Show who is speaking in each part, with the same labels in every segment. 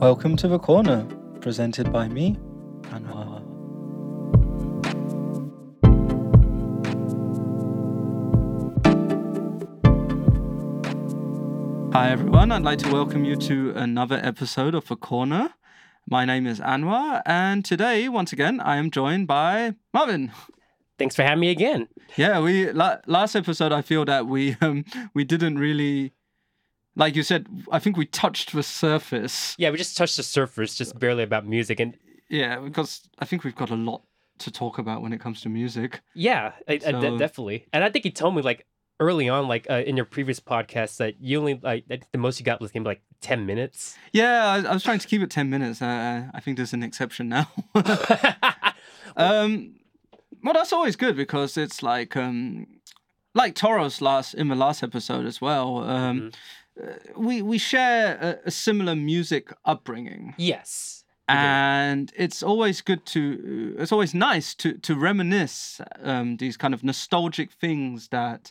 Speaker 1: Welcome to The Corner, presented by me, Anwar. Hi, everyone. I'd like to welcome you to another episode of The Corner. My name is Anwar, and today, once again, I am joined by Marvin.
Speaker 2: Thanks for having me again.
Speaker 1: Yeah, we la- last episode I feel that we um we didn't really like you said I think we touched the surface.
Speaker 2: Yeah, we just touched the surface, just barely about music, and
Speaker 1: Yeah, because I think we've got a lot to talk about when it comes to music.
Speaker 2: yeah, I, I de-
Speaker 1: So-
Speaker 2: definitely. And I think you told me like early on, like uh, in your previous podcast, that you only like I think the most you got was gonna be like ten minutes.
Speaker 1: Yeah, I, I was trying to keep it 10 minutes. Uh, I think there's an exception now. um, well, that's always good because it's like, um, like Toro's last in the last episode as well. Um, uh, we we share a, a similar music upbringing,
Speaker 2: yes. do.
Speaker 1: and it's always good to uh, it's always nice to to reminisce um, these kind of nostalgic things that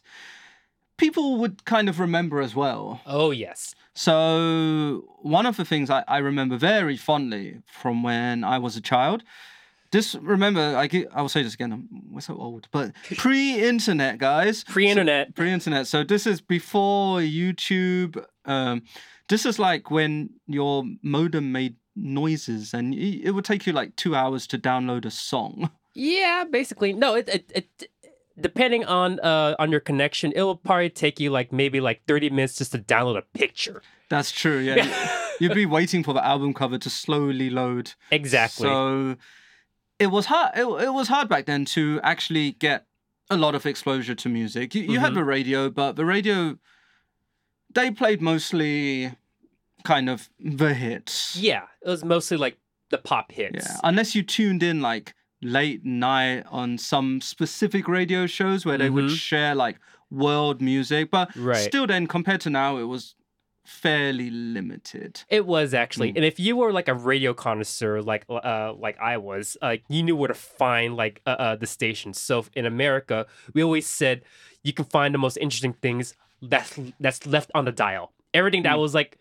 Speaker 1: people would kind of remember as well.
Speaker 2: Oh yes.
Speaker 1: So one of the things I, I remember very fondly from when I was a child. This remember, I ge- I will say this again. I'm, we're so old, but pre-internet, guys.
Speaker 2: Pre-internet.
Speaker 1: Pre-internet. So this is before YouTube. Um, this is like when your modem made noises, and y- it would take you like two hours to download a song.
Speaker 2: Yeah, basically. No, it, it, it depending on uh on your connection, it will probably take you like maybe like thirty minutes just to download a picture.
Speaker 1: That's true. Yeah, you'd be waiting for the album cover to slowly load.
Speaker 2: exactly.
Speaker 1: So it was hard. It, it was hard back then to actually get a lot of exposure to music. You, you had
Speaker 2: Mhm.
Speaker 1: the radio, but the radio they played mostly kind of the hits.
Speaker 2: yeah, it was mostly like the pop hits.
Speaker 1: Yeah, Unless you tuned in like late night on some specific radio shows where they would
Speaker 2: Mhm.
Speaker 1: share like world music, but
Speaker 2: Right.
Speaker 1: still then compared to now it was fairly limited.
Speaker 2: It was actually,
Speaker 1: Mm.
Speaker 2: and if you were like a radio connoisseur, like uh, like I was, like you knew where to find like uh, uh, the stations. So in America, we always said you can find the most interesting things that's that's left on the dial. Everything that
Speaker 1: Mm.
Speaker 2: was like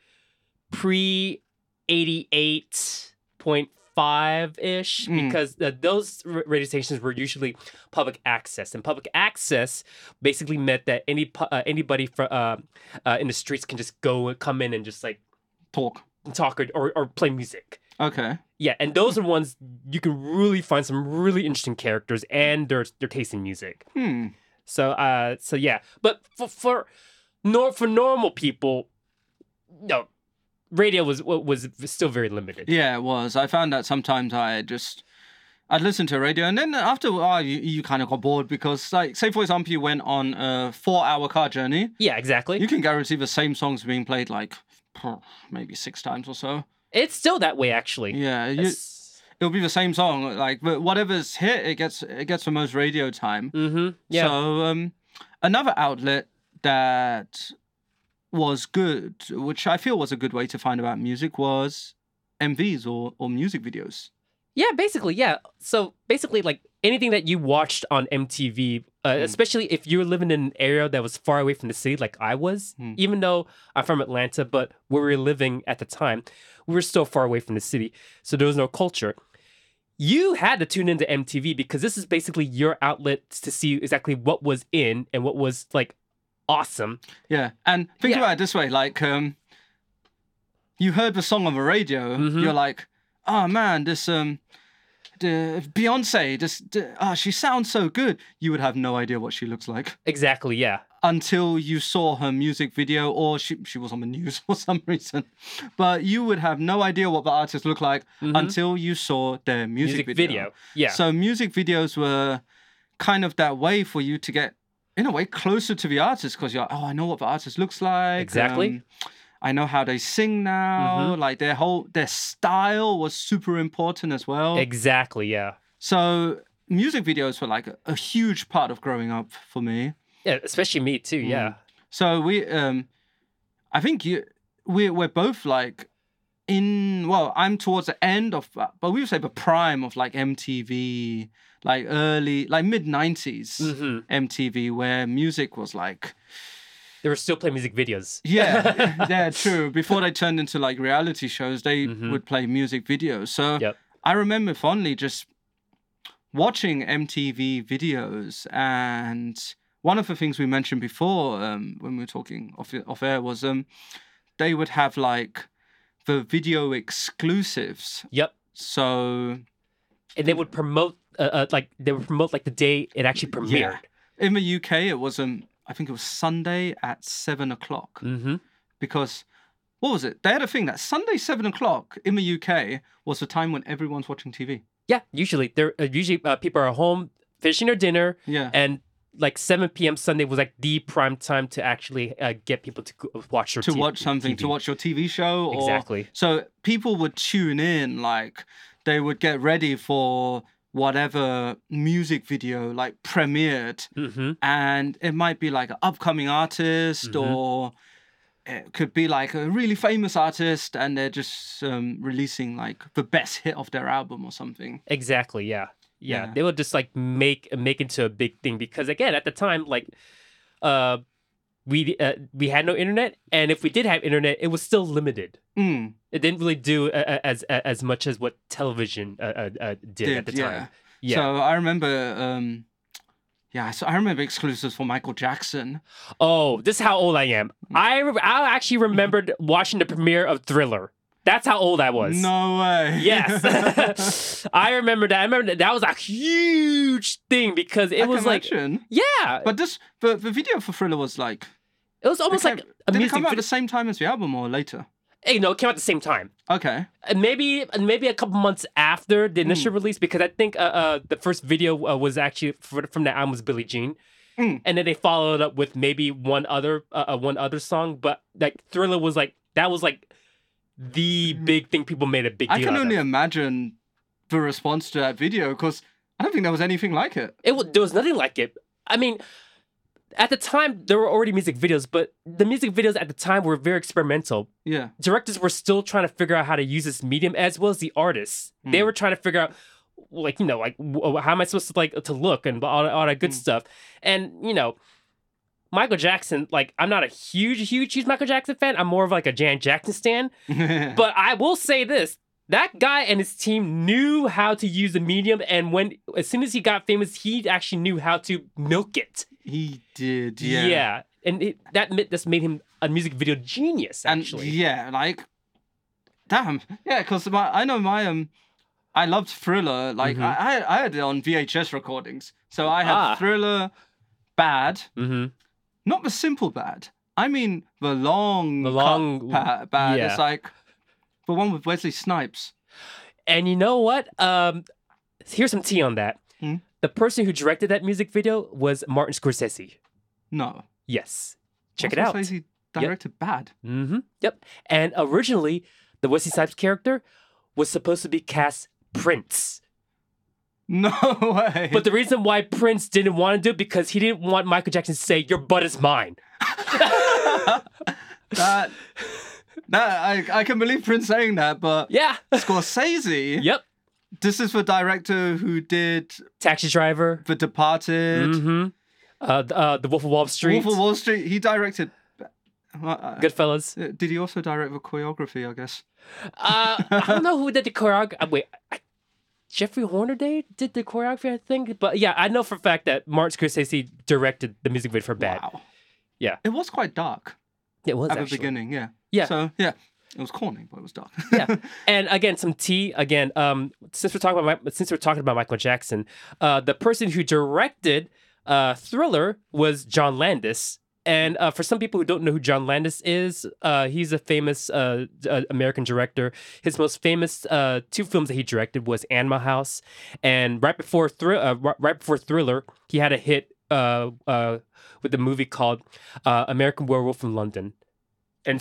Speaker 2: pre eighty eight point five ish,
Speaker 1: Mm.
Speaker 2: because uh, those r- radio stations were usually public access, and public access basically meant that any pu- uh, anybody from uh, uh, in the streets can just go come in and just like
Speaker 1: Talk.
Speaker 2: talk or, or, or play music.
Speaker 1: Okay.
Speaker 2: Yeah, and those are ones you can really find some really interesting characters and their their taste in music.
Speaker 1: Hmm.
Speaker 2: So uh so yeah, but for for nor for normal people, no, radio was wa- was still very limited.
Speaker 1: Yeah, it was. I found that sometimes I just I'd listen to radio, and then after a while, you, you kind of got bored because, like, say for example, you went on a four-hour car journey,
Speaker 2: Yeah, exactly.
Speaker 1: you can guarantee the same songs being played like maybe six times or so.
Speaker 2: it's still that way actually.
Speaker 1: Yeah, you, it'll be the same song, like, but whatever's hit, it gets it gets the most radio time.
Speaker 2: mm-hmm. Yeah.
Speaker 1: So um, another outlet that was good, which I feel was a good way to find about music, was MVs or or music videos.
Speaker 2: Yeah, basically, yeah. So basically, like anything that you watched on MTV, uh,
Speaker 1: Mm.
Speaker 2: especially if you were living in an area that was far away from the city, like I was,
Speaker 1: Mm.
Speaker 2: even though I'm from Atlanta, but where we were living at the time, we were still far away from the city, so there was no culture. You had to tune into MTV because this is basically your outlet to see exactly what was in and what was like awesome.
Speaker 1: Yeah, and think
Speaker 2: Yeah.
Speaker 1: about it this way: like, um, you heard the song on the radio,
Speaker 2: Mhm.
Speaker 1: you're like, "Oh man, this um, the Beyonce, this, the, ah, she sounds so good." You would have no idea what she looks like
Speaker 2: Exactly, yeah.
Speaker 1: until you saw her music video, or she she was on the news for some reason. But you would have no idea what the artist looked like
Speaker 2: Mhm.
Speaker 1: until you saw their music,
Speaker 2: yeah.
Speaker 1: So music videos were kind of that way for you to get, in a way, closer to the artist because you're, oh, I know what the artist looks like.
Speaker 2: Exactly. Mm-hmm.
Speaker 1: um, I know how they sing now. Like their whole their style was super important as well.
Speaker 2: exactly, yeah.
Speaker 1: so music videos were like a, a huge part of growing up for me.
Speaker 2: Yeah, especially me too.
Speaker 1: Mm.
Speaker 2: Yeah.
Speaker 1: So we, um, I think you, we we're both like. In well, I'm towards the end of, uh, but we would say the prime of like MTV, like early, like mid '90s.
Speaker 2: hmm
Speaker 1: MTV where music was like
Speaker 2: They were still playing music videos.
Speaker 1: Yeah, yeah, true. Before they turned into like reality shows, they
Speaker 2: Mhm.
Speaker 1: would play music videos. So
Speaker 2: Yep.
Speaker 1: I remember fondly just watching MTV videos. And one of the things we mentioned before um, when we were talking off, off air was um, they would have like the video exclusives.
Speaker 2: Yep.
Speaker 1: So
Speaker 2: And they would promote uh, uh, like they would promote like the day it actually premiered.
Speaker 1: in the UK, it was, um, I think it was Sunday at seven o'clock.
Speaker 2: Mm-hmm.
Speaker 1: because what was it? They had a thing that Sunday seven o'clock in the UK was the time when everyone's watching TV.
Speaker 2: Yeah, usually they're uh, usually uh, people are home finishing their dinner,
Speaker 1: Yeah,
Speaker 2: and like 7 p.m. Sunday was like the prime time to actually uh, get people to go- watch your
Speaker 1: to
Speaker 2: TV
Speaker 1: watch something, to
Speaker 2: TV.
Speaker 1: watch your TV show, or
Speaker 2: exactly.
Speaker 1: so people would tune in. Like they would get ready for whatever music video like premiered,
Speaker 2: Mm-hmm.
Speaker 1: and it might be like an upcoming artist
Speaker 2: Mhm.
Speaker 1: or. It could be like a really famous artist, and they're just um, releasing like the best hit of their album or something.
Speaker 2: Exactly. Yeah. yeah.
Speaker 1: Yeah.
Speaker 2: They would just like make make into a big thing because again, at the time, like, uh, we uh, we had no internet, and if we did have internet, it was still limited.
Speaker 1: Mm,
Speaker 2: It didn't really do a- a- as a- as much as what television uh, uh, uh, did, at the
Speaker 1: did, yeah.
Speaker 2: time. Yeah.
Speaker 1: So I remember, um, yeah, so I remember exclusives for Michael Jackson.
Speaker 2: oh, this is how old I am.
Speaker 1: Mm.
Speaker 2: I re- I actually remembered watching the premiere of Thriller. That's how old I was.
Speaker 1: No way.
Speaker 2: Yes, I remember that. I remember that. That was a huge thing because it
Speaker 1: I
Speaker 2: was
Speaker 1: can
Speaker 2: like,
Speaker 1: imagine.
Speaker 2: yeah,
Speaker 1: But this, the, the video for Thriller was like,
Speaker 2: it was almost
Speaker 1: it came-
Speaker 2: like a
Speaker 1: did it
Speaker 2: music
Speaker 1: come out at
Speaker 2: video-
Speaker 1: the same time as the album or later?
Speaker 2: Hey, no, it came out at the same time.
Speaker 1: Okay.
Speaker 2: And Maybe and maybe a couple months after the
Speaker 1: Mm.
Speaker 2: initial release because I think uh, uh, the first video uh, was actually for, from the album was Billie Jean,
Speaker 1: Mm.
Speaker 2: and then they followed up with maybe one other uh, uh, one other song. But like Thriller was like that was like the big thing people made a big deal.
Speaker 1: Mm-hmm. I can
Speaker 2: out
Speaker 1: only
Speaker 2: of.
Speaker 1: imagine the response to that video because I don't think there was anything like it.
Speaker 2: It wa- there was nothing like it. I mean, at the time there were already music videos, but the music videos at the time were very experimental.
Speaker 1: Yeah.
Speaker 2: directors were still trying to figure out how to use this medium as well as the artists. They
Speaker 1: Mm.
Speaker 2: were trying to figure out like you know like w- how am I supposed to like to look and all, all that good
Speaker 1: Mm.
Speaker 2: stuff. And you know Michael Jackson like I'm not a huge huge huge Michael Jackson fan. I'm more of like a Jan Jackson stan,
Speaker 1: but
Speaker 2: but I will say this that guy and his team knew how to use the medium and when as soon as he got famous he actually knew how to milk it
Speaker 1: he did. Yeah.
Speaker 2: and it, that mi- that's made him a music video genius
Speaker 1: and
Speaker 2: actually
Speaker 1: yeah, like, damn, yeah, because my I know my um, I loved Thriller. Like
Speaker 2: Mhm.
Speaker 1: I, I I had it on VHS recordings, so I had
Speaker 2: Ah.
Speaker 1: Thriller, Bad,
Speaker 2: mm-hmm.
Speaker 1: not the simple Bad. I mean the long,
Speaker 2: The
Speaker 1: cut
Speaker 2: long-
Speaker 1: pa- Bad.
Speaker 2: yeah.
Speaker 1: It's like the one with Wesley Snipes.
Speaker 2: And you know what? Um, here's some tea on that.
Speaker 1: Hmm?
Speaker 2: The person who directed that music video was Martin Scorsese.
Speaker 1: No,
Speaker 2: Yes, check
Speaker 1: Martin
Speaker 2: it out.
Speaker 1: Scorsese directed Bad.
Speaker 2: Mm-hmm. Yep. And originally, the Wesley Snipes character was supposed to be cast Prince.
Speaker 1: No way.
Speaker 2: But the reason why Prince didn't want to do it because he didn't want Michael Jackson to say, "Your butt is mine."
Speaker 1: that, that I I can believe Prince saying that, but
Speaker 2: Yeah.
Speaker 1: Scorsese.
Speaker 2: yep.
Speaker 1: This is the director who did
Speaker 2: Taxi Driver.
Speaker 1: The Departed,
Speaker 2: Mm-hmm. Uh, the, uh, the Wolf of Wall Street.
Speaker 1: Wolf of Wall Street. He directed. uh,
Speaker 2: Goodfellas.
Speaker 1: uh, Did he also direct the choreography? I guess.
Speaker 2: Uh, I don't know who did the choreography. Wait, I, Jeffrey Horner Day did the choreography, I think. But yeah, I know for a fact that Martin Scorsese directed the music video for Bad.
Speaker 1: Wow.
Speaker 2: Yeah.
Speaker 1: It was quite dark
Speaker 2: It was
Speaker 1: at
Speaker 2: actually.
Speaker 1: the beginning. Yeah.
Speaker 2: Yeah.
Speaker 1: So yeah, it was corny, but it was dark.
Speaker 2: Yeah. And again, some tea. Again, um, since we're talking about Mi- since we're talking about Michael Jackson, uh, the person who directed uh, Thriller was John Landis. And uh, for some people who don't know who John Landis is, uh, he's a famous uh, d- uh, American director. His most famous uh, two films that he directed was Animal House, and right before Thr- uh, ri- right before Thriller, he had a hit uh, uh, with a movie called uh, American Werewolf in London. And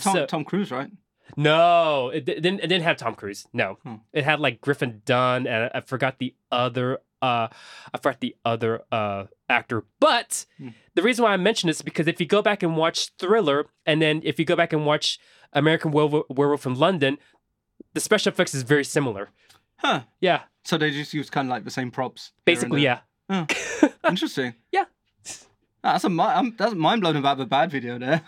Speaker 1: Tom,
Speaker 2: so,
Speaker 1: Tom Cruise, right?
Speaker 2: no, it, di- didn't. It didn't have Tom Cruise. No,
Speaker 1: Hmm.
Speaker 2: it had like Griffin Dunn, and I, I forgot the other. Uh, I forgot the other uh actor. But
Speaker 1: Hmm.
Speaker 2: the reason why I mention this is because if you go back and watch Thriller, and then if you go back and watch American Werewolf, Werewolf from London, the special effects is very similar.
Speaker 1: Huh.
Speaker 2: Yeah,
Speaker 1: So they just used kind of like the same props. here and
Speaker 2: basically,
Speaker 1: there.
Speaker 2: yeah.
Speaker 1: Interesting. Ah,
Speaker 2: Yeah.
Speaker 1: That's a mi- I'm, that's mind blown about the bad video there.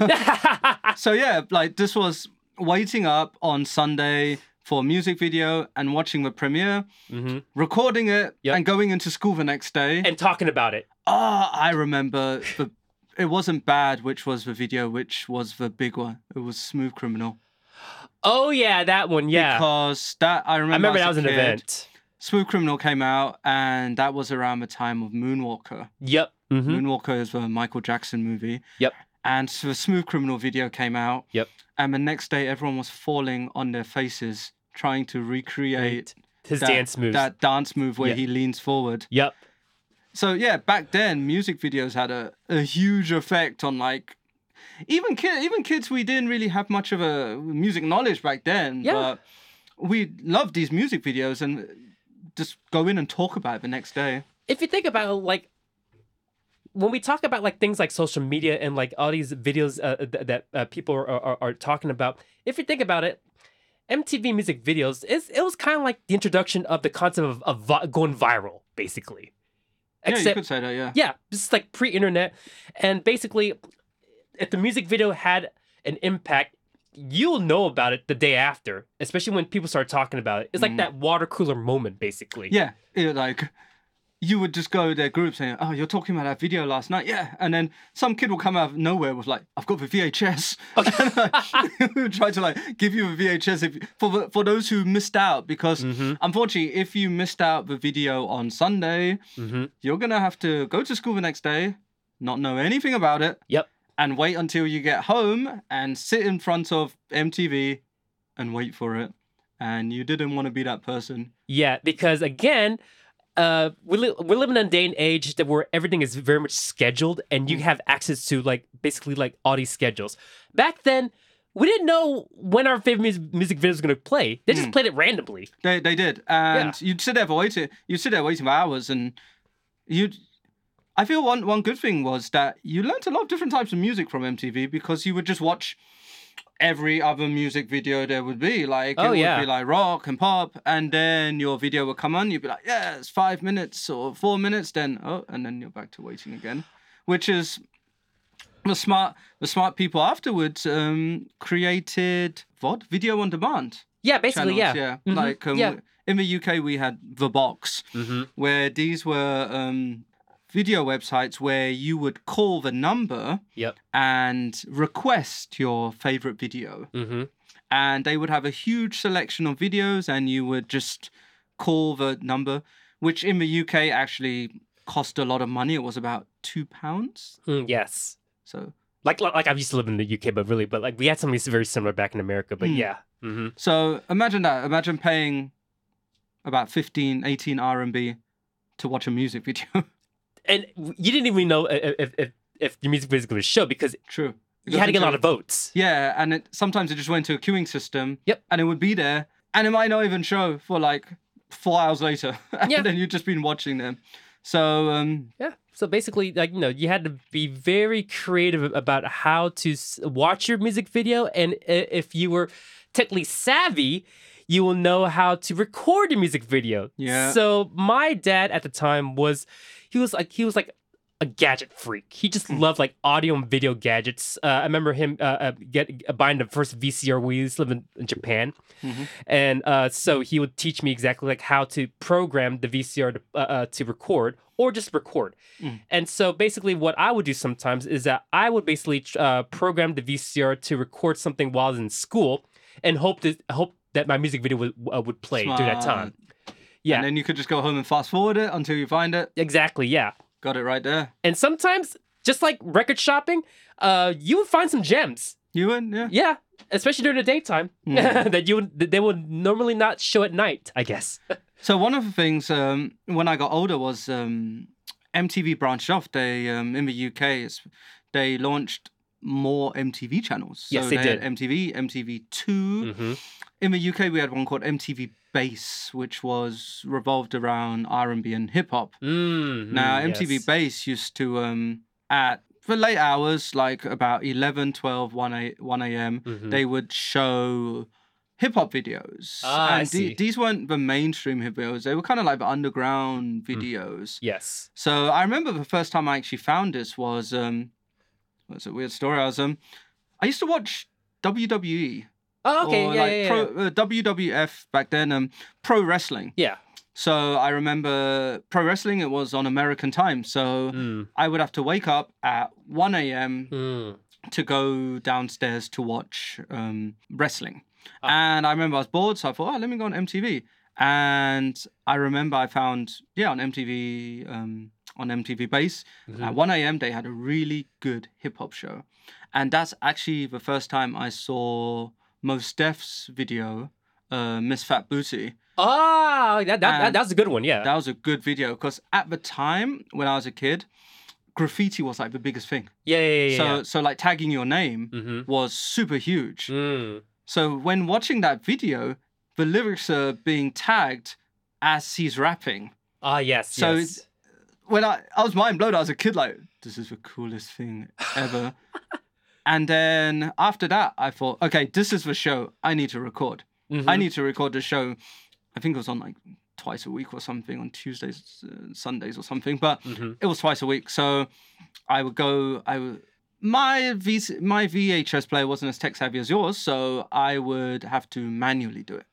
Speaker 1: so yeah, like this was waiting up on Sunday for a music video and watching the premiere,
Speaker 2: hmm
Speaker 1: recording it,
Speaker 2: Yep.
Speaker 1: and going into school the next day.
Speaker 2: And talking about it.
Speaker 1: Ah, I remember the. It wasn't bad, which was the video, which was the big one. It was Smooth Criminal.
Speaker 2: Oh yeah, that one. Yeah,
Speaker 1: Because that, I
Speaker 2: I
Speaker 1: remember.
Speaker 2: remember
Speaker 1: as
Speaker 2: that
Speaker 1: a
Speaker 2: was an
Speaker 1: kid,
Speaker 2: event.
Speaker 1: Smooth Criminal came out, and that was around the time of Moonwalker.
Speaker 2: Yep. hmm
Speaker 1: Moonwalker is a Michael Jackson movie.
Speaker 2: Yep.
Speaker 1: And so the Smooth Criminal video came out.
Speaker 2: Yep.
Speaker 1: And the next day, everyone was falling on their faces trying to recreate
Speaker 2: His
Speaker 1: that,
Speaker 2: dance moves.
Speaker 1: that dance move where
Speaker 2: Yeah.
Speaker 1: he leans forward.
Speaker 2: Yep.
Speaker 1: So yeah, back then, music videos had a, a huge effect on like even kid even kids we didn't really have much of a music knowledge back then.
Speaker 2: Yeah.
Speaker 1: But we loved these music videos and just go in and talk about it the next day.
Speaker 2: if you think about it, like when we talk about like things like social media and like all these videos uh, th- that uh, people are, are, are talking about if you think about it mtv music videos is it was kind of like the introduction of the concept of, of vi- going viral basically
Speaker 1: yeah, you could say that, yeah.
Speaker 2: yeah, this is like pre-internet, and basically, if the music video had an impact, you'll know about it the day after, especially when people start talking about it. It's like
Speaker 1: Mm.
Speaker 2: that water cooler moment, basically.
Speaker 1: Yeah, it, like you would just go to their group saying, "Oh, you're talking about that video last night, yeah," and then some kid will come out of nowhere with like, "I've got the VHS." And, like, we would try to like give you a VHS if, for the- for those who missed out because
Speaker 2: Mhm.
Speaker 1: unfortunately, if you missed out the video on Sunday,
Speaker 2: Mm-hmm.
Speaker 1: you're gonna have to go to school the next day, not know anything about it.
Speaker 2: Yep.
Speaker 1: And wait until you get home and sit in front of MTV and wait for it. And you didn't want to be that person.
Speaker 2: Yeah, because again, uh, we li- we live in a day and age that where everything is very much scheduled, and
Speaker 1: Mm-hmm.
Speaker 2: you have access to like basically like all these schedules. Back then, we didn't know when our favorite mus- music video was going to play. They
Speaker 1: Mm.
Speaker 2: just played it randomly.
Speaker 1: They they did, and you'd sit there for waiting. You'd sit there waiting for hours, and you'd. I feel one one good thing was that you learnt a lot of different types of music from MTV because you would just watch every other music video there would be. Like
Speaker 2: Oh,
Speaker 1: it
Speaker 2: yeah.
Speaker 1: would be like rock and pop, and then your video would come on. You'd be like, yeah, it's five minutes or four minutes. Then oh, and then you're back to waiting again, which is the smart the smart people afterwards um, created VOD video on demand
Speaker 2: Yeah, basically,
Speaker 1: channels,
Speaker 2: yeah. Mhm.
Speaker 1: Like um,
Speaker 2: Yeah. Mm-hmm.
Speaker 1: in the UK, we had the box, where these were um, video websites where you would call the number
Speaker 2: Yep.
Speaker 1: and request your favorite video,
Speaker 2: Mm-hmm.
Speaker 1: and they would have a huge selection of videos, and you would just call the number, which in the UK actually cost a lot of money. It was about two pounds.
Speaker 2: Mm, yes.
Speaker 1: So
Speaker 2: Like, like like I used to live in the UK, but really, but like we had something that's very similar back in America. But
Speaker 1: Mm.
Speaker 2: yeah. Mm-hmm.
Speaker 1: so imagine that. Imagine paying about 15, 18 RMB to watch a music video.
Speaker 2: And w- you didn't even know i- i- if if, if the music was going to show because
Speaker 1: True.
Speaker 2: you had to get a lot
Speaker 1: Because-
Speaker 2: of votes.
Speaker 1: Yeah, and it sometimes it just went to a queuing system.
Speaker 2: Yep.
Speaker 1: And it would be there, and it might not even show for like four hours later. and
Speaker 2: Yeah.
Speaker 1: then you've just been watching them. So um,
Speaker 2: Yeah. So basically, like you know, you had to be very creative about how to s- watch your music video, and i- if you were technically savvy, you will know how to record a music video.
Speaker 1: Yeah.
Speaker 2: So my dad at the time was, he was like he was like a gadget freak. He just loved like audio and video gadgets. Uh, I remember him uh, uh, get uh, buying the first VCR. We used to live in, in Japan,
Speaker 1: Mhm.
Speaker 2: and uh, so he would teach me exactly like how to program the VCR to, uh, uh, to record or just record.
Speaker 1: Mm.
Speaker 2: And so basically, what I would do sometimes is that I would basically uh, program the VCR to record something while I was in school, and hope that hope that my music video would uh, would play during that time.
Speaker 1: Smart.
Speaker 2: Yeah.
Speaker 1: and then you could just go home and fast forward it until you find it.
Speaker 2: Exactly. Yeah.
Speaker 1: Got it right there.
Speaker 2: And sometimes, just like record shopping, uh, you would find some gems.
Speaker 1: You win, yeah.
Speaker 2: Yeah, especially during the daytime
Speaker 1: Mm.
Speaker 2: that you would, that they would normally not show at night. I guess.
Speaker 1: So one of the things um, when I got older was um, MTV branched off. They um, in the UK, it's, they launched more MTV channels. So
Speaker 2: Yes, they
Speaker 1: had
Speaker 2: did.
Speaker 1: MTV, MTV 2
Speaker 2: Mhm.
Speaker 1: in the UK, we had one called MTV Bass, which was revolved around R and B and hip hop.
Speaker 2: Mm,
Speaker 1: now,
Speaker 2: mm,
Speaker 1: MTV
Speaker 2: yes.
Speaker 1: Bass used to um at for late hours, like about 11, 12, 1 a 1 a.m.
Speaker 2: Mhm.
Speaker 1: They would show hip hop videos.
Speaker 2: Ah, I
Speaker 1: and the-
Speaker 2: see.
Speaker 1: these weren't the mainstream hip videos. They were kind of like the
Speaker 2: Mm.
Speaker 1: underground videos.
Speaker 2: Yes.
Speaker 1: So I remember the first time I actually found this was um, what's a weird story. I was um, I used to watch E. WWE
Speaker 2: Oh, okay.
Speaker 1: or
Speaker 2: yeah,
Speaker 1: like
Speaker 2: yeah, yeah,
Speaker 1: pro, Uh, WWF back then, um, pro wrestling.
Speaker 2: yeah.
Speaker 1: So I remember pro wrestling. It was on American time, so
Speaker 2: Mm.
Speaker 1: I would have to wake up at one a.m.
Speaker 2: Mm.
Speaker 1: to go downstairs to watch um, wrestling.
Speaker 2: Ah.
Speaker 1: And I remember I was bored, so I thought, oh, let me go on MTV. And I remember I found, yeah, on MTV, um, on MTV Base, at 1 a.m., they had a really good hip hop show. And that's actually the first time I saw Mos Def's video, uh, Miss Fat Booty.
Speaker 2: Oh, that, that, that
Speaker 1: And-
Speaker 2: that's a good one. Yeah.
Speaker 1: That was a good video because at the time when I was a kid, graffiti was like the biggest thing.
Speaker 2: yeah, yeah, yeah.
Speaker 1: so,
Speaker 2: yeah.
Speaker 1: so like tagging your name
Speaker 2: Mhm.
Speaker 1: was super huge.
Speaker 2: Mm.
Speaker 1: So when watching that video, the lyrics are being tagged as he's rapping.
Speaker 2: Ah, yes.
Speaker 1: So
Speaker 2: yes.
Speaker 1: it's- When I, I was mind blown, I was a kid like, this is the coolest thing ever. and then after that, I thought, okay, this is the show I need to record. I
Speaker 2: Mhm.
Speaker 1: need to record the show. I think it was on like twice a week or something, on Tuesdays, uh, Sundays or something, but
Speaker 2: Mhm.
Speaker 1: it was twice a week. So I would go, I would. My VC, my VHS player wasn't as tech savvy as yours, so I would have to manually do it.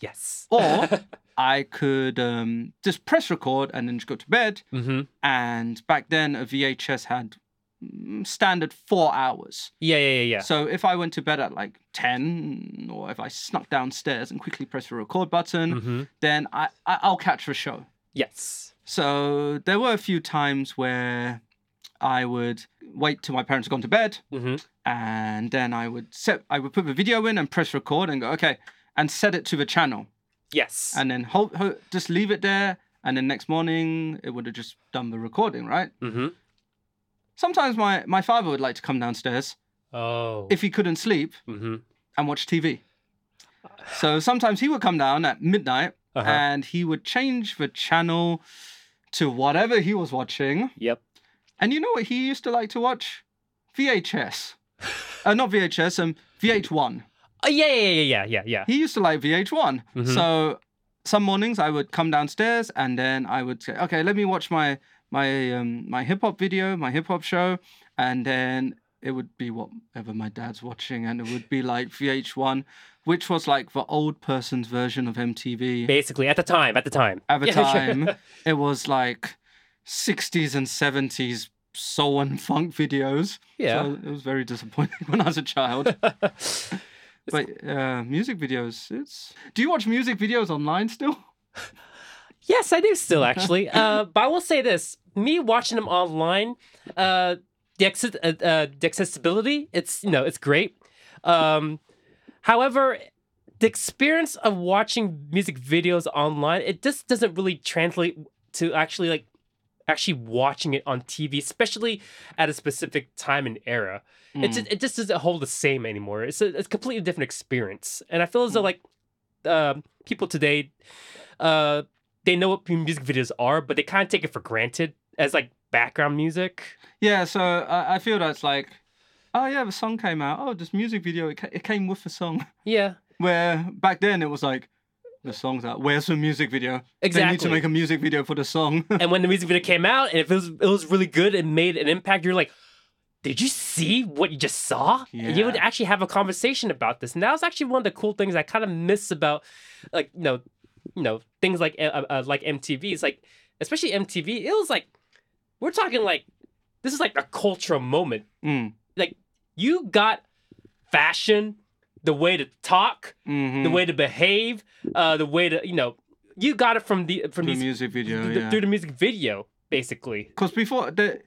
Speaker 2: Yes.
Speaker 1: Or I could um, just press record and then just go to bed.
Speaker 2: Mhm.
Speaker 1: And back then, a VHS had mm, standard four hours.
Speaker 2: Yeah, yeah, yeah, yeah.
Speaker 1: So if I went to bed at like 10, or if I snuck downstairs and quickly pressed the record button,
Speaker 2: Mhm.
Speaker 1: then I, I, I'll catch the show.
Speaker 2: Yes.
Speaker 1: So there were a few times where I would wait till my parents had gone to bed,
Speaker 2: Mhm.
Speaker 1: and then I would set, I would put the video in and press record and go okay, and set it to the channel,
Speaker 2: Yes.
Speaker 1: and then ho ho just leave it there, and then next morning it would have just done the recording, right?
Speaker 2: Mhm.
Speaker 1: Sometimes my my father would like to come downstairs
Speaker 2: Oh.
Speaker 1: if he couldn't sleep
Speaker 2: Mhm.
Speaker 1: and watch TV. So sometimes he would come down at midnight
Speaker 2: Uh-huh.
Speaker 1: and he would change the channel to whatever he was watching.
Speaker 2: Yep.
Speaker 1: And you know what he used to like to watch? VHS. uh, not VHS, um, VH1.
Speaker 2: Oh, yeah, yeah, yeah, yeah, yeah, yeah.
Speaker 1: He used to like VH1.
Speaker 2: Mhm.
Speaker 1: So some mornings I would come downstairs and then I would say, okay, let me watch my my um, my hip hop video, my hip hop show, and then it would be whatever my dad's watching, and it would be like VH1, which was like the old person's version of MTV
Speaker 2: Basically, at the time, at the time.
Speaker 1: at the
Speaker 2: Yeah, yeah.
Speaker 1: time. It was like 60s and 70s soul and funk videos.
Speaker 2: Yeah.
Speaker 1: So it was very disappointing when I was a child. but uh, music videos, it's. Do you watch music videos online still?
Speaker 2: Yes, I do still actually. uh, but I will say this: me watching them online, uh, the, access- uh, uh, the accessibility, it's you know, it's great. Um, however, the experience of watching music videos online, it just doesn't really translate to actually like actually watching it on TV, especially at a specific time and era. It
Speaker 1: Hmm.
Speaker 2: just, it just doesn't hold the same anymore. It's a, it's a completely different experience, and I feel as though like um people today, uh, they know what music videos are, but they kind of take it for granted as like background music.
Speaker 1: Yeah, so I, I feel that's like, oh yeah, the song came out. Oh, this music video, it, ca- it came with the song.
Speaker 2: Yeah,
Speaker 1: Where back then it was like, the song's out. Where's the music video? They need to
Speaker 2: Exactly.
Speaker 1: make a music video for the song.
Speaker 2: and when the music video came out, and if it was it was really good and made an impact, you're like. Did you see what you just saw? And you would
Speaker 1: Yeah.
Speaker 2: actually have a conversation about this, and that was actually one of the cool things I kind of miss about, like you know, you know things like uh, uh, like MTV. It's like especially MTV. It was like we're talking like this is like a cultural moment.
Speaker 1: mm,
Speaker 2: You got fashion, the way to talk,
Speaker 1: mhm.
Speaker 2: the way to behave, uh, the way to you know you got it from the from
Speaker 1: the
Speaker 2: these
Speaker 1: music video.
Speaker 2: th-
Speaker 1: yeah.
Speaker 2: through the music video basically.
Speaker 1: because before the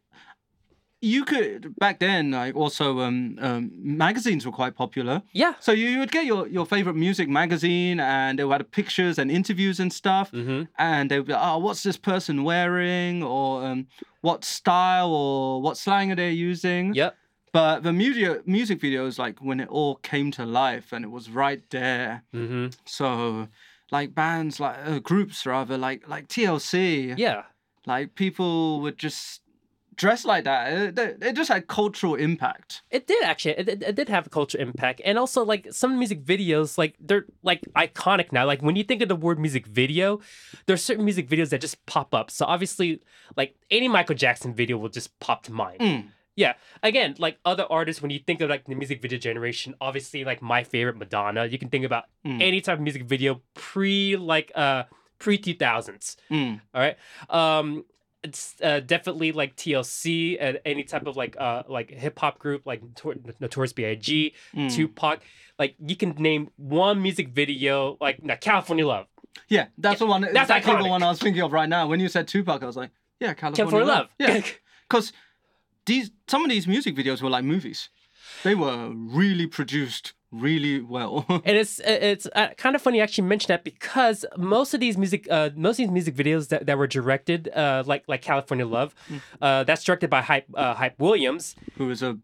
Speaker 1: you could back then like also um, um magazines were quite popular
Speaker 2: Yeah.
Speaker 1: so you, you would get your, your favorite music magazine and it had pictures and interviews and stuff
Speaker 2: Mm-hmm.
Speaker 1: and they would be like, oh what's this person wearing or um, what style or what slang are they using
Speaker 2: Yep.
Speaker 1: but the music music videos like when it all came to life and it was right there
Speaker 2: Mm-hmm.
Speaker 1: so like bands like uh, groups rather like like TLC
Speaker 2: Yeah.
Speaker 1: like people would just dressed like that. It, it- it just had cultural impact.
Speaker 2: It did actually. It, it, it did have a culture impact, and also like some music videos, like they're like iconic now. Like when you think of the word music video, there are certain music videos that just pop up. So obviously, like any Michael Jackson video will just pop to mind.
Speaker 1: Mm.
Speaker 2: Yeah. Again, like other artists, when you think of like the music video generation, obviously like my favorite Madonna. You can think about
Speaker 1: Mm.
Speaker 2: any type of music video pre like uh pre two thousands.
Speaker 1: Mm.
Speaker 2: All right. Um, it's uh, definitely like TLC and any type of like uh like hip hop group like Notor- Notorious B.I.G.,
Speaker 1: Mm.
Speaker 2: Tupac. Like you can name one music video like now California Love,
Speaker 1: Yeah, that's the one.
Speaker 2: that's
Speaker 1: exactly the
Speaker 2: iconic.
Speaker 1: one I was thinking of right now. When you said Tupac, I was like, yeah, California,
Speaker 2: California Love.
Speaker 1: Yeah, because these some of these music videos were like movies. They were really produced really well.
Speaker 2: and it's it's uh, kind of funny you actually mention that because most of these music uh most of these music videos that, that were directed uh like like California Love, uh that's directed by Hype uh, Hype Williams.
Speaker 1: Who was a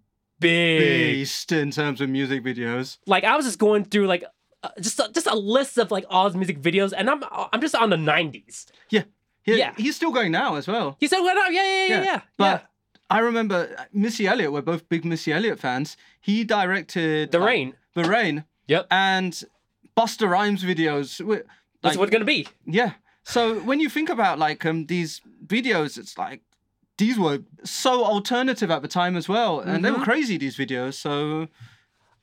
Speaker 2: Big
Speaker 1: beast in terms of music videos?
Speaker 2: like I was just going through like uh, just a, just a list of like all his music videos, and I'm I'm just on the '90s.
Speaker 1: Yeah, he,
Speaker 2: Yeah.
Speaker 1: He's still going now as well.
Speaker 2: He said, "What up? Yeah, yeah, yeah, yeah." yeah.
Speaker 1: But I remember uh, Missy Elliott. We're both big Missy Elliott fans. He directed
Speaker 2: the
Speaker 1: like,
Speaker 2: rain.
Speaker 1: The Rain,
Speaker 2: Yep,
Speaker 1: and Buster Rhymes videos. wi-
Speaker 2: that's
Speaker 1: like-
Speaker 2: what it's gonna be.
Speaker 1: Yeah. So when you think about like um these videos, it's like these were so alternative at the time as well, and they were crazy these videos. So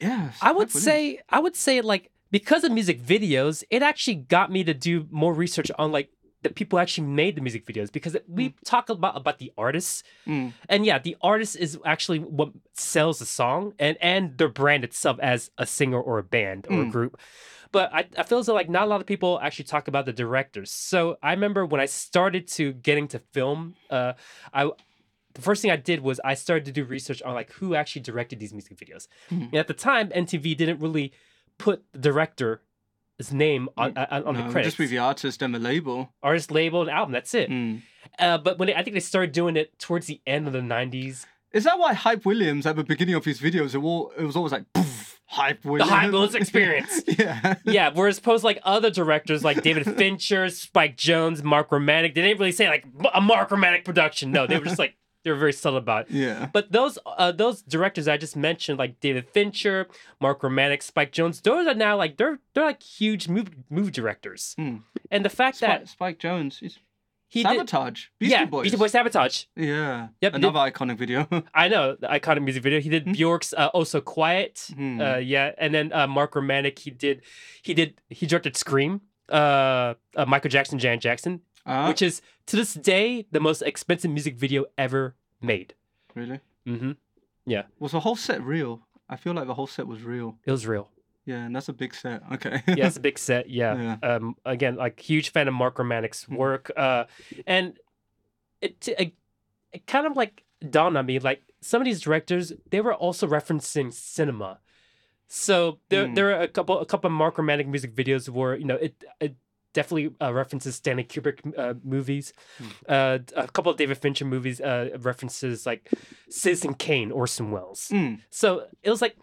Speaker 1: yeah,
Speaker 2: Mm-hmm. I would
Speaker 1: believe.
Speaker 2: say I would say like because of music videos, it actually got me to do more research on like the people who actually made the music videos because we talk about about the artists,
Speaker 1: Mm.
Speaker 2: and yeah, the artist is actually what sells the song and and their brand itself as a singer or a band or a
Speaker 1: Mm.
Speaker 2: group. But I, I feel as though like not a lot of people actually talk about the directors. So I remember when I started to getting to film, uh, I the first thing I did was I started to do research on like who actually directed these music videos.
Speaker 1: Hmm.
Speaker 2: And at the time, MTV didn't really put the director's name on on, on
Speaker 1: Hmm. no,
Speaker 2: the
Speaker 1: it would
Speaker 2: credits,
Speaker 1: Um, just be the artist and the label.
Speaker 2: artist label, and album. That's it.
Speaker 1: Mm.
Speaker 2: Uh, but when they, I think they started doing it towards the end of the '90s,
Speaker 1: Is that why Hype Williams at the beginning of his videos it, all, it was always like "Poof, Hype Williams?
Speaker 2: Hype Williams experience.
Speaker 1: yeah.
Speaker 2: yeah, whereas opposed to, like other directors like David Fincher, Spike Jones, Mark Romanek, they didn't really say like a Mark Romanek production. No, they were just like they were very subtle about it.
Speaker 1: Yeah.
Speaker 2: But those uh, those directors I just mentioned, like David Fincher, Mark Romanek, Spike Jones, those are now like they're they're like huge movie movie directors.
Speaker 1: Hmm.
Speaker 2: And the fact
Speaker 1: Spike,
Speaker 2: that
Speaker 1: Spike Jones. He's
Speaker 2: he did,
Speaker 1: Sabotage. Beastie
Speaker 2: yeah,
Speaker 1: Boys.
Speaker 2: Beastie Boys sabotage.
Speaker 1: Yeah.
Speaker 2: Yep, did-
Speaker 1: Another iconic video.
Speaker 2: I know the iconic music video. He did Bjork's uh, "Oh So Quiet,"
Speaker 1: Hmm.
Speaker 2: uh, yeah, and then uh, Mark Romanek. He did, he did, he directed "Scream." Uh, uh, Michael Jackson, Janet Jackson,
Speaker 1: Ah,
Speaker 2: which is to this day the most expensive music video ever made.
Speaker 1: really?
Speaker 2: Mm-hmm.
Speaker 1: Was the whole set real? I feel like the whole set was real.
Speaker 2: It was real.
Speaker 1: Yeah, and that's a big set. Okay.
Speaker 2: Yeah, it's a big set. Yeah. Um. Again, like huge fan of Mark Romanek's
Speaker 1: Mm.
Speaker 2: work. Uh, and it, it it kind of like dawned on me like some of these directors they were also referencing cinema. So there
Speaker 1: Mm.
Speaker 2: there are a couple a couple of Mark Romanek music videos where you know it it definitely uh, references Stanley Kubrick uh, movies.
Speaker 1: Hmm.
Speaker 2: Uh, a couple of David Fincher movies uh, references like Citizen Kane, Orson Welles.
Speaker 1: Mm.
Speaker 2: So it was like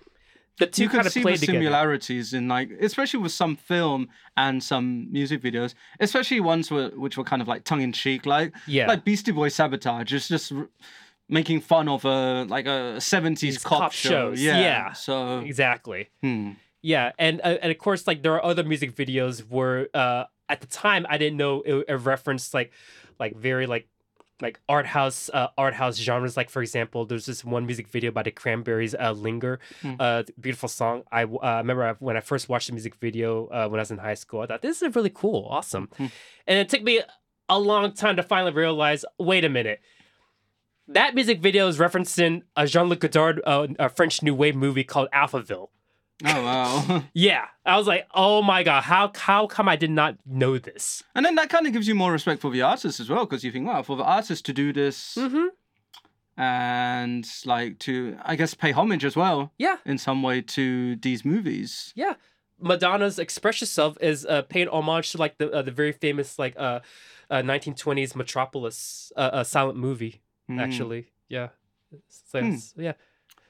Speaker 2: the two
Speaker 1: you
Speaker 2: kind
Speaker 1: could
Speaker 2: of
Speaker 1: see
Speaker 2: played
Speaker 1: the
Speaker 2: together.
Speaker 1: similarities in like, especially with some film and some music videos, especially ones were, which were kind of like tongue in cheek, like
Speaker 2: Yeah.
Speaker 1: like Beastie Boys sabotage, is just r- making fun of a like a seventies
Speaker 2: These
Speaker 1: cop,
Speaker 2: cop
Speaker 1: show.
Speaker 2: shows,
Speaker 1: Yeah.
Speaker 2: yeah.
Speaker 1: So
Speaker 2: Exactly.
Speaker 1: hmm.
Speaker 2: Yeah, and uh, and of course, like there are other music videos where uh, at the time I didn't know it, it referenced like like very like like art house uh, art house genres. Like for example, there's this one music video by the Cranberries, uh, "Linger,"
Speaker 1: Mm.
Speaker 2: uh, it's a beautiful song. I w- uh, remember I- when I first watched the music video uh, when I was in high school. I thought this is really cool, awesome,
Speaker 1: Mhm.
Speaker 2: and it took me a long time to finally realize. Wait a minute. That music video is referencing a Jean-Luc Godard, uh, a French New Wave movie called Alphaville.
Speaker 1: oh wow.
Speaker 2: Yeah, I was like, oh my god, how how come I did not know this?
Speaker 1: and then that kind of gives you more respect for the artist as well, because you think, wow, for the artist to do this
Speaker 2: Mm-hmm.
Speaker 1: and like to, I guess, pay homage as well
Speaker 2: Yeah,
Speaker 1: in some way to these movies.
Speaker 2: yeah. Madonna's "Express Yourself" is uh, paying homage to like the uh, the very famous like uh, uh 1920s Metropolis uh, uh, silent movie.
Speaker 1: Hmm.
Speaker 2: Actually, yeah. So
Speaker 1: Hmm.
Speaker 2: it's- yeah.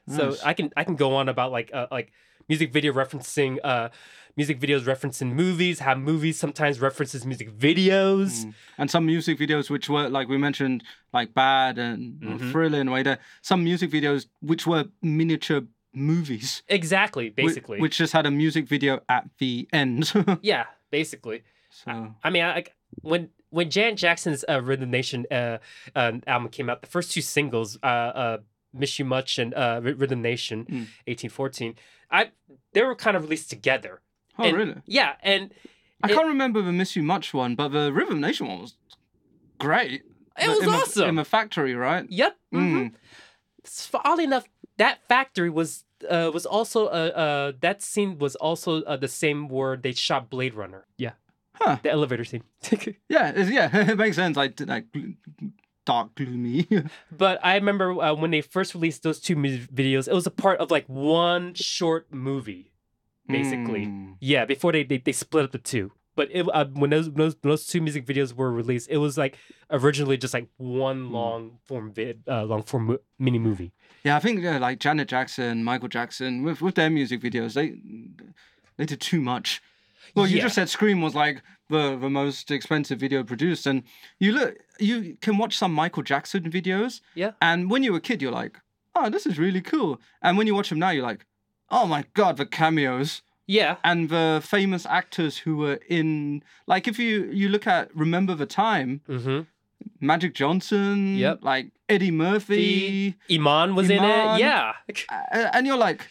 Speaker 2: So
Speaker 1: Nice.
Speaker 2: I can I can go on about like uh, like music video referencing uh music videos referencing movies, how movies sometimes references music videos.
Speaker 1: Mm. and some music videos which were like we mentioned like bad and
Speaker 2: Mhm.
Speaker 1: thrilling way there some music videos which were miniature movies
Speaker 2: Exactly,
Speaker 1: whi-
Speaker 2: basically. Uh,
Speaker 1: which just had a music video at the end so oh,
Speaker 2: yeah, basically. I mean, I, I- when when Jan Jackson's uh, Rhythm Nation uh, um, album came out, the first two singles, uh, uh, "Miss You Much" and uh, Rhy- "Rhythm Nation,"
Speaker 1: Mm.
Speaker 2: eighteen fourteen, I they were kind of released together.
Speaker 1: oh
Speaker 2: and-
Speaker 1: really
Speaker 2: Yeah, and
Speaker 1: i
Speaker 2: it-
Speaker 1: can't remember the miss you much one but the rhythm nation one was great
Speaker 2: it
Speaker 1: The-
Speaker 2: was
Speaker 1: in the-
Speaker 2: awesome.
Speaker 1: in the factory right
Speaker 2: Yep. mhm.
Speaker 1: Mm.
Speaker 2: S- Oddly enough, that factory was uh, was also uh, uh, that scene was also uh, the same where they shot Blade Runner. Yeah.
Speaker 1: Huh.
Speaker 2: The elevator scene.
Speaker 1: yeah it's- yeah it makes sense like, like gl- dark gloomy
Speaker 2: but I remember uh, when they first released those two music videos, it was a part of like one short movie. Basically.
Speaker 1: Mm.
Speaker 2: Yeah, before they they, they split up the two. But it, uh, when those, those those two music videos were released, it was like originally just like one
Speaker 1: Mm.
Speaker 2: long form vid, uh, long form mo- mini movie.
Speaker 1: Yeah, I think yeah, like Janet Jackson, Michael Jackson, with with their music videos, they they did too much. Well, you
Speaker 2: Yeah.
Speaker 1: just said Scream was like the the most expensive video produced, and you look, you can watch some Michael Jackson videos.
Speaker 2: Yeah.
Speaker 1: And when you were a kid, you're like, oh, this is really cool. And when you watch them now, you're like, oh my god, the cameos
Speaker 2: Yeah.
Speaker 1: and the famous actors who were in. Like, if you you look at Remember the Time,
Speaker 2: Mm-hmm.
Speaker 1: Magic Johnson,
Speaker 2: Yep.
Speaker 1: like Eddie Murphy.
Speaker 2: Iman was in it.
Speaker 1: Iman.
Speaker 2: Yeah.
Speaker 1: Uh, and you're like,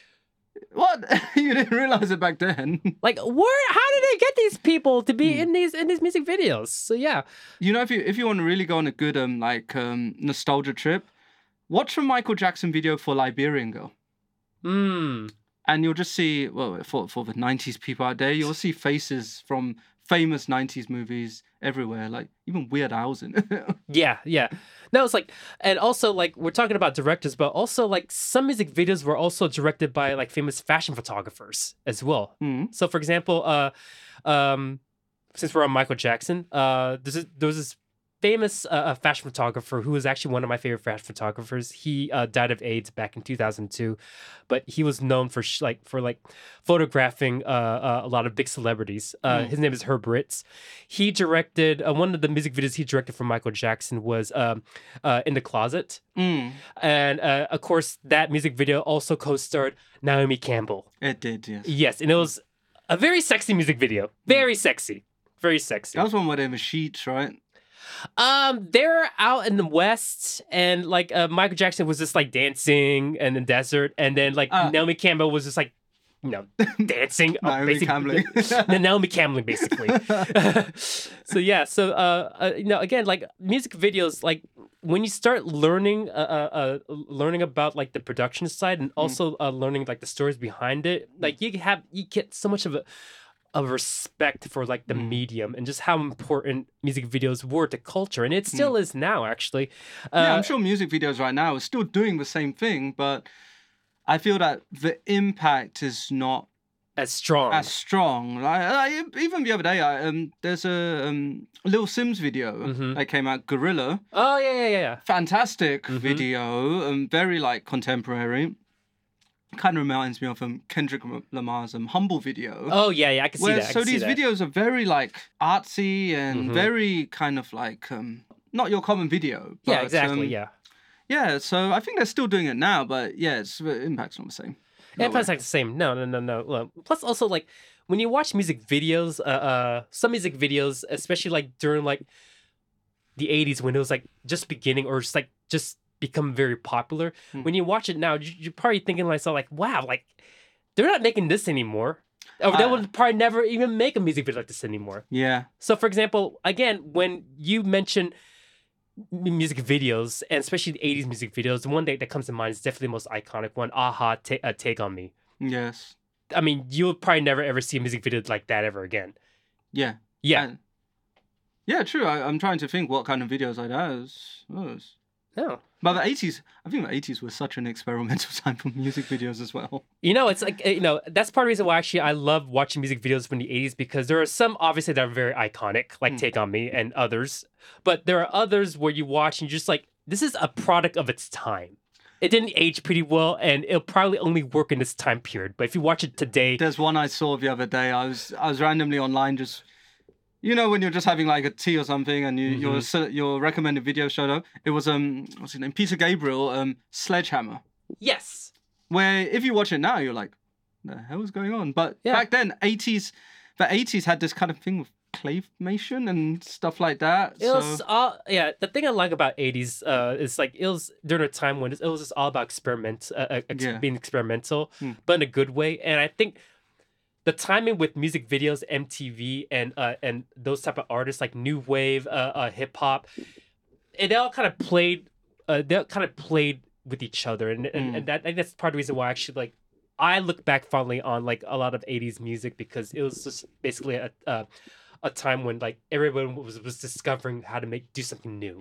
Speaker 1: what? you didn't realize it back then.
Speaker 2: Like where how did they get these people to be
Speaker 1: Hmm.
Speaker 2: in these in these music videos? So yeah.
Speaker 1: you know, if you if you want to really go on a good um like um nostalgia trip, watch a Michael Jackson video for Liberian Girl,
Speaker 2: Mm.
Speaker 1: and you'll just see well for for the '90s people out there, you'll see faces from famous '90s movies everywhere, like even Weird Al's in it.
Speaker 2: Yeah, yeah. No, it's like and also like we're talking about directors, but also like some music videos were also directed by like famous fashion photographers as well.
Speaker 1: Mhm.
Speaker 2: So for example, uh um since we're on Michael Jackson, uh there's this, there was this famous uh, uh, fashion photographer who was actually one of my favorite fashion photographers. He uh, died of AIDS back in 2002, but he was known for sh- like for like photographing uh, uh, a lot of big celebrities. Uh,
Speaker 1: Mm.
Speaker 2: His name is Herb Ritz. He directed uh, one of the music videos he directed for Michael Jackson was um, uh, in the closet,
Speaker 1: Mm,
Speaker 2: and uh, of course that music video also co-starred Naomi Campbell.
Speaker 1: it did, yes.
Speaker 2: Yes, and it was a very sexy music video. Very sexy. Very sexy.
Speaker 1: That was one where they were sheets, right?
Speaker 2: Um, they're out in the west, and like uh, Michael Jackson was just like dancing in the desert, and then like
Speaker 1: Uh.
Speaker 2: Naomi Campbell was just like, you know, dancing. uh,
Speaker 1: Naomi
Speaker 2: basic-
Speaker 1: Campbell.
Speaker 2: Na- Naomi Campbell, basically. so yeah, so uh, uh, you know, again, like music videos, like when you start learning, uh, uh, uh learning about like the production side,
Speaker 1: Mm.
Speaker 2: and also uh, learning like the stories behind it, like you have you get so much of a of respect for like the
Speaker 1: Mm.
Speaker 2: medium and just how important music videos were to culture and it still is now actually uh,
Speaker 1: Hmm. yeah, I'm sure music videos right now are still doing the same thing, but I feel that the impact is not
Speaker 2: as strong
Speaker 1: as strong. Like, like, even the other day, I, um, there's a um, Lil Sims video
Speaker 2: Mhm.
Speaker 1: that came out, Gorilla.
Speaker 2: oh yeah yeah yeah yeah
Speaker 1: Fantastic
Speaker 2: Mhm.
Speaker 1: video, um, very like contemporary. Kind of reminds me of um, Kendrick Lamar's um, Humble video.
Speaker 2: oh yeah yeah i can see
Speaker 1: where,
Speaker 2: that I
Speaker 1: so
Speaker 2: can see
Speaker 1: these
Speaker 2: that.
Speaker 1: videos are very like artsy and
Speaker 2: Mhm.
Speaker 1: very kind of like um, not your common video.
Speaker 2: yeah
Speaker 1: but,
Speaker 2: exactly
Speaker 1: um,
Speaker 2: yeah
Speaker 1: yeah, so I think they're still doing it now, but yeah, it's, the impact's not the same.
Speaker 2: and
Speaker 1: No way.
Speaker 2: plus like the same no no no no well, plus also like when you watch music videos uh, uh some music videos especially like during like the 80s when it was like just beginning or just like just become very popular
Speaker 1: Mm.
Speaker 2: when you watch it now you- you're probably thinking to myself like wow like they're not making this anymore or they
Speaker 1: Uh,
Speaker 2: would probably never even make a music video like this anymore
Speaker 1: Yeah.
Speaker 2: so, for example, again, when you mention m- music videos, and especially the 80s music videos, the one that, that comes to mind is definitely the most iconic one Aha, Ta uh, Take on Me.
Speaker 1: Yes.
Speaker 2: I mean, you'll probably never ever see a music video like that ever again.
Speaker 1: Yeah.
Speaker 2: Yeah.
Speaker 1: And- yeah, true. I, I'm trying to think what kind of videos I'd ask. Those.
Speaker 2: no.
Speaker 1: But the 80s, I think the 80s was such an experimental time for music videos as well.
Speaker 2: You know, it's like, uh, you know, that's part of the reason why actually I love watching music videos from the 80s because there are some obviously that are very iconic, like
Speaker 1: Mm.
Speaker 2: Take on Me and others. But there are others where you watch and you're just like, this is a product of its time. It didn't age pretty well, and it'll probably only work in this time period. But if you watch it today,
Speaker 1: There's one I saw the other day. I was I was randomly online just you know when you're just having like a tea or something and you your se- your recommended video showed up. It was um what's his name? Peter Gabriel um Sledgehammer.
Speaker 2: yes,
Speaker 1: Where if you watch it now you're like the hell is going on? But
Speaker 2: Yeah.
Speaker 1: back then 80s the 80s had this kind of thing with claymation and stuff like that.
Speaker 2: it was
Speaker 1: so
Speaker 2: all yeah. The thing I like about '80s uh, is like it was during a time when it was just all about experiment, uh, uh, ex-
Speaker 1: Yeah.
Speaker 2: being experimental,
Speaker 1: Hmm.
Speaker 2: but in a good way. And I think the timing with music videos, MTV, and uh, and those type of artists like new wave, uh, uh, hip hop, it all kind of played. Uh, they all kind of played with each other, and and,
Speaker 1: Mm.
Speaker 2: and that I think that's part of the reason why I actually like. I look back fondly on like a lot of '80s music because it was just basically a uh, a time when like everyone was was discovering how to make do something new.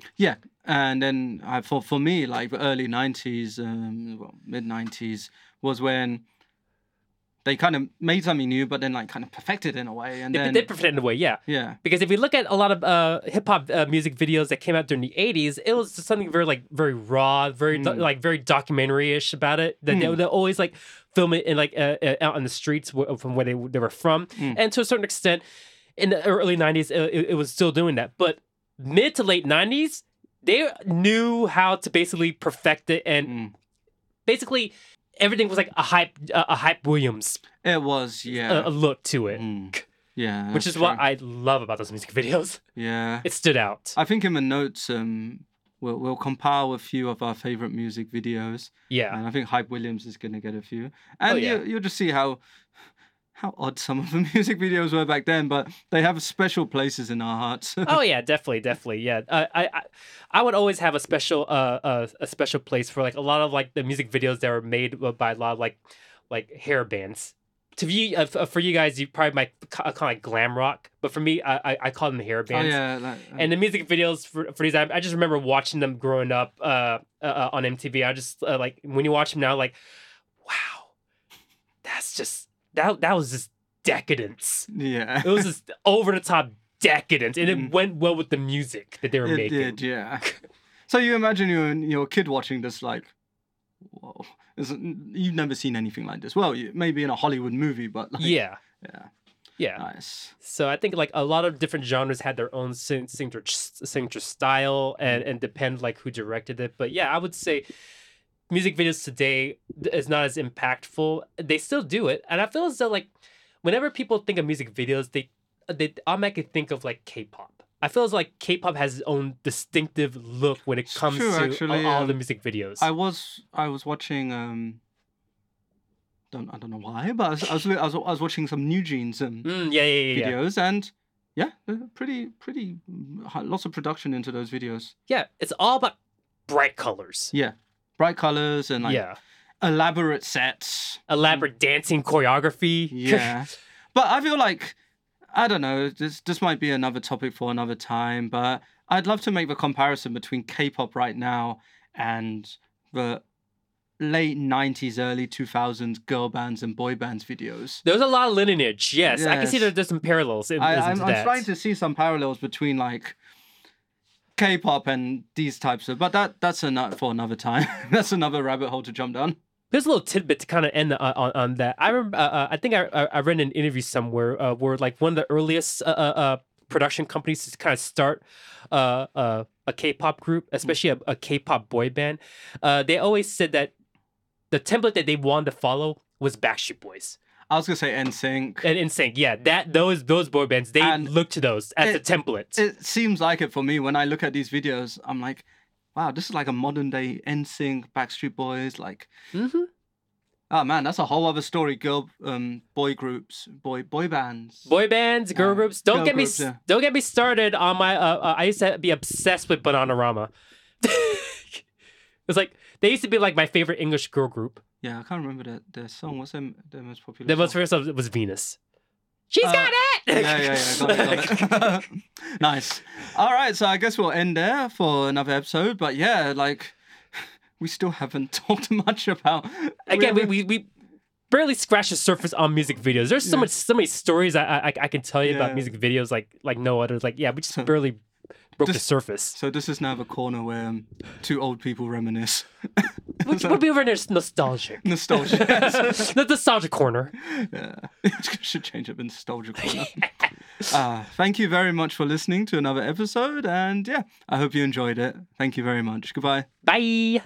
Speaker 1: and then I, for for me like the early 90s um well, mid 90s was when they kind of made something new but then like kind of perfected in a way and
Speaker 2: They,
Speaker 1: then
Speaker 2: they pretend in a way, yeah.
Speaker 1: Yeah.
Speaker 2: Because if you look at a lot of uh, hip hop uh, music videos that came out during the '80s, it was just something very like very raw, very do-
Speaker 1: Mm.
Speaker 2: like very documentary-ish about it. That they
Speaker 1: Mm.
Speaker 2: would always like film it in like uh, uh, out on the streets wh- from where they they were from,
Speaker 1: Mm.
Speaker 2: and to a certain extent, in the early '90s, it, it- it was still doing that. But mid to late '90s, they knew how to basically perfect it, and
Speaker 1: Mm.
Speaker 2: basically everything was like a hype a a hype Williams
Speaker 1: It was,
Speaker 2: a,
Speaker 1: yeah.
Speaker 2: a look to it,
Speaker 1: Mm. Yeah.
Speaker 2: which
Speaker 1: that's
Speaker 2: is what
Speaker 1: true.
Speaker 2: I love about those music videos.
Speaker 1: Yeah.
Speaker 2: It stood out.
Speaker 1: I think in the notes, um, we'll, we'll compile a few of our favorite music videos.
Speaker 2: Yeah. Oh,
Speaker 1: And I think Hype Williams is going to get a few. And
Speaker 2: yeah.
Speaker 1: you, you'll just see how. How odd some of the music videos were back then, but they have special places in our hearts.
Speaker 2: oh yeah, definitely, definitely. Yeah. Uh, I, I I would always have a special uh, uh a special place for like a lot of like the music videos that were made by a lot of like like hair bands. To you, uh, f- for you guys, you probably might ca- uh, call it glam rock, but for me, I I, I call them hair
Speaker 1: Oh,
Speaker 2: bands.
Speaker 1: yeah, like, um,
Speaker 2: and the music videos for, for these I, I just remember watching them growing up uh, uh, uh on mtv i just uh, like when you watch them now like wow that's just that that was just decadence
Speaker 1: yeah,
Speaker 2: it was just over the top decadence and
Speaker 1: Mm.
Speaker 2: it went well with the music that they were
Speaker 1: it
Speaker 2: making
Speaker 1: did, yeah. so you imagine your your kid watching this, like, whoa, isn't, you've never seen anything like this. Well, you, maybe in a Hollywood movie, but like,
Speaker 2: yeah
Speaker 1: yeah, Uh,
Speaker 2: yeah
Speaker 1: nice.
Speaker 2: So I think like a lot of different genres had their own sin- signature signature style and
Speaker 1: Mm-hmm.
Speaker 2: and depend like who directed it. But yeah, I would say music videos today is not as impactful. They still do it, and I feel as though like whenever people think of music videos, they they automatically think of like K-pop. I feel as though, like K-pop has its own distinctive look when it
Speaker 1: It's
Speaker 2: comes
Speaker 1: true,
Speaker 2: to
Speaker 1: actually,
Speaker 2: all, all the
Speaker 1: um,
Speaker 2: music videos.
Speaker 1: I was I was watching um don't I don't know why, but I was I was, I was, I was watching some New Jeans um,
Speaker 2: Mm, yeah, yeah, yeah, yeah.
Speaker 1: videos and yeah, they're pretty pretty mm, hi- lots of production into those videos.
Speaker 2: Yeah, it's all about bright colors.
Speaker 1: Yeah. Bright colors and like
Speaker 2: yeah,
Speaker 1: elaborate sets.
Speaker 2: elaborate dancing choreography.
Speaker 1: Yeah. but I feel like I don't know, this this might be another topic for another time, but I'd love to make the comparison between K-pop right now and the late 90s early 2000s girl bands and boy bands videos.
Speaker 2: There's a lot of lineage. Yes, I can see
Speaker 1: Yes.
Speaker 2: that there's some parallels. In,
Speaker 1: I,
Speaker 2: is
Speaker 1: I'm,
Speaker 2: into
Speaker 1: I'm
Speaker 2: that.
Speaker 1: trying to see some parallels between like K-pop and these types of, but that that's enough for another time. that's another rabbit hole to jump down.
Speaker 2: There's a little tidbit to kind of end uh, on, on that. I remember. Uh, uh, I think I, I I read an interview somewhere uh, where like one of the earliest uh, uh, uh, production companies to kind of start uh, uh, a K-pop group, especially a, a K-pop boy band. Uh, they always said that the template that they wanted to follow was Backstreet Boys
Speaker 1: I was gonna say NSYNC.
Speaker 2: and NSYNC. Yeah, that those those boy bands they
Speaker 1: And
Speaker 2: looked to those as
Speaker 1: it-
Speaker 2: the template.
Speaker 1: It seems like it for me when I look at these videos. I'm like, wow, this is like a modern day NSYNC, Backstreet Boys. Like,
Speaker 2: Mhm.
Speaker 1: oh man, that's a whole other story. Girl, um, boy groups, boy boy bands.
Speaker 2: boy bands, girl
Speaker 1: Uh,
Speaker 2: groups. Don't
Speaker 1: girl
Speaker 2: get me
Speaker 1: groups, yeah.
Speaker 2: don't get me started on my. Uh, uh, I used to be obsessed with Bananarama. it's like they used to be like my favorite English girl group.
Speaker 1: yeah, I can't remember their, their song. What's their, their most popular?
Speaker 2: The most
Speaker 1: song?
Speaker 2: first one was Venus. She's
Speaker 1: Uh,
Speaker 2: got it.
Speaker 1: yeah, yeah, yeah. Got it, got it. nice. All right, so I guess we'll end there for another episode. But yeah, like we still haven't talked much about.
Speaker 2: Again, we, we we barely scratched the surface on music videos. There's so
Speaker 1: Yeah.
Speaker 2: much, so many stories I I, I can tell you
Speaker 1: Yeah.
Speaker 2: about music videos like like no other. Like yeah, we just barely broke the
Speaker 1: Just-
Speaker 2: surface.
Speaker 1: So this is now the corner where um, two old people reminisce.
Speaker 2: Which would be very nos- nostalgic.
Speaker 1: Nostalgia.
Speaker 2: the nostalgia corner.
Speaker 1: Yeah. Should change up in nostalgia corner. uh, thank you very much for listening to another episode. And yeah, I hope you enjoyed it. Thank you very much. Goodbye.
Speaker 2: Bye.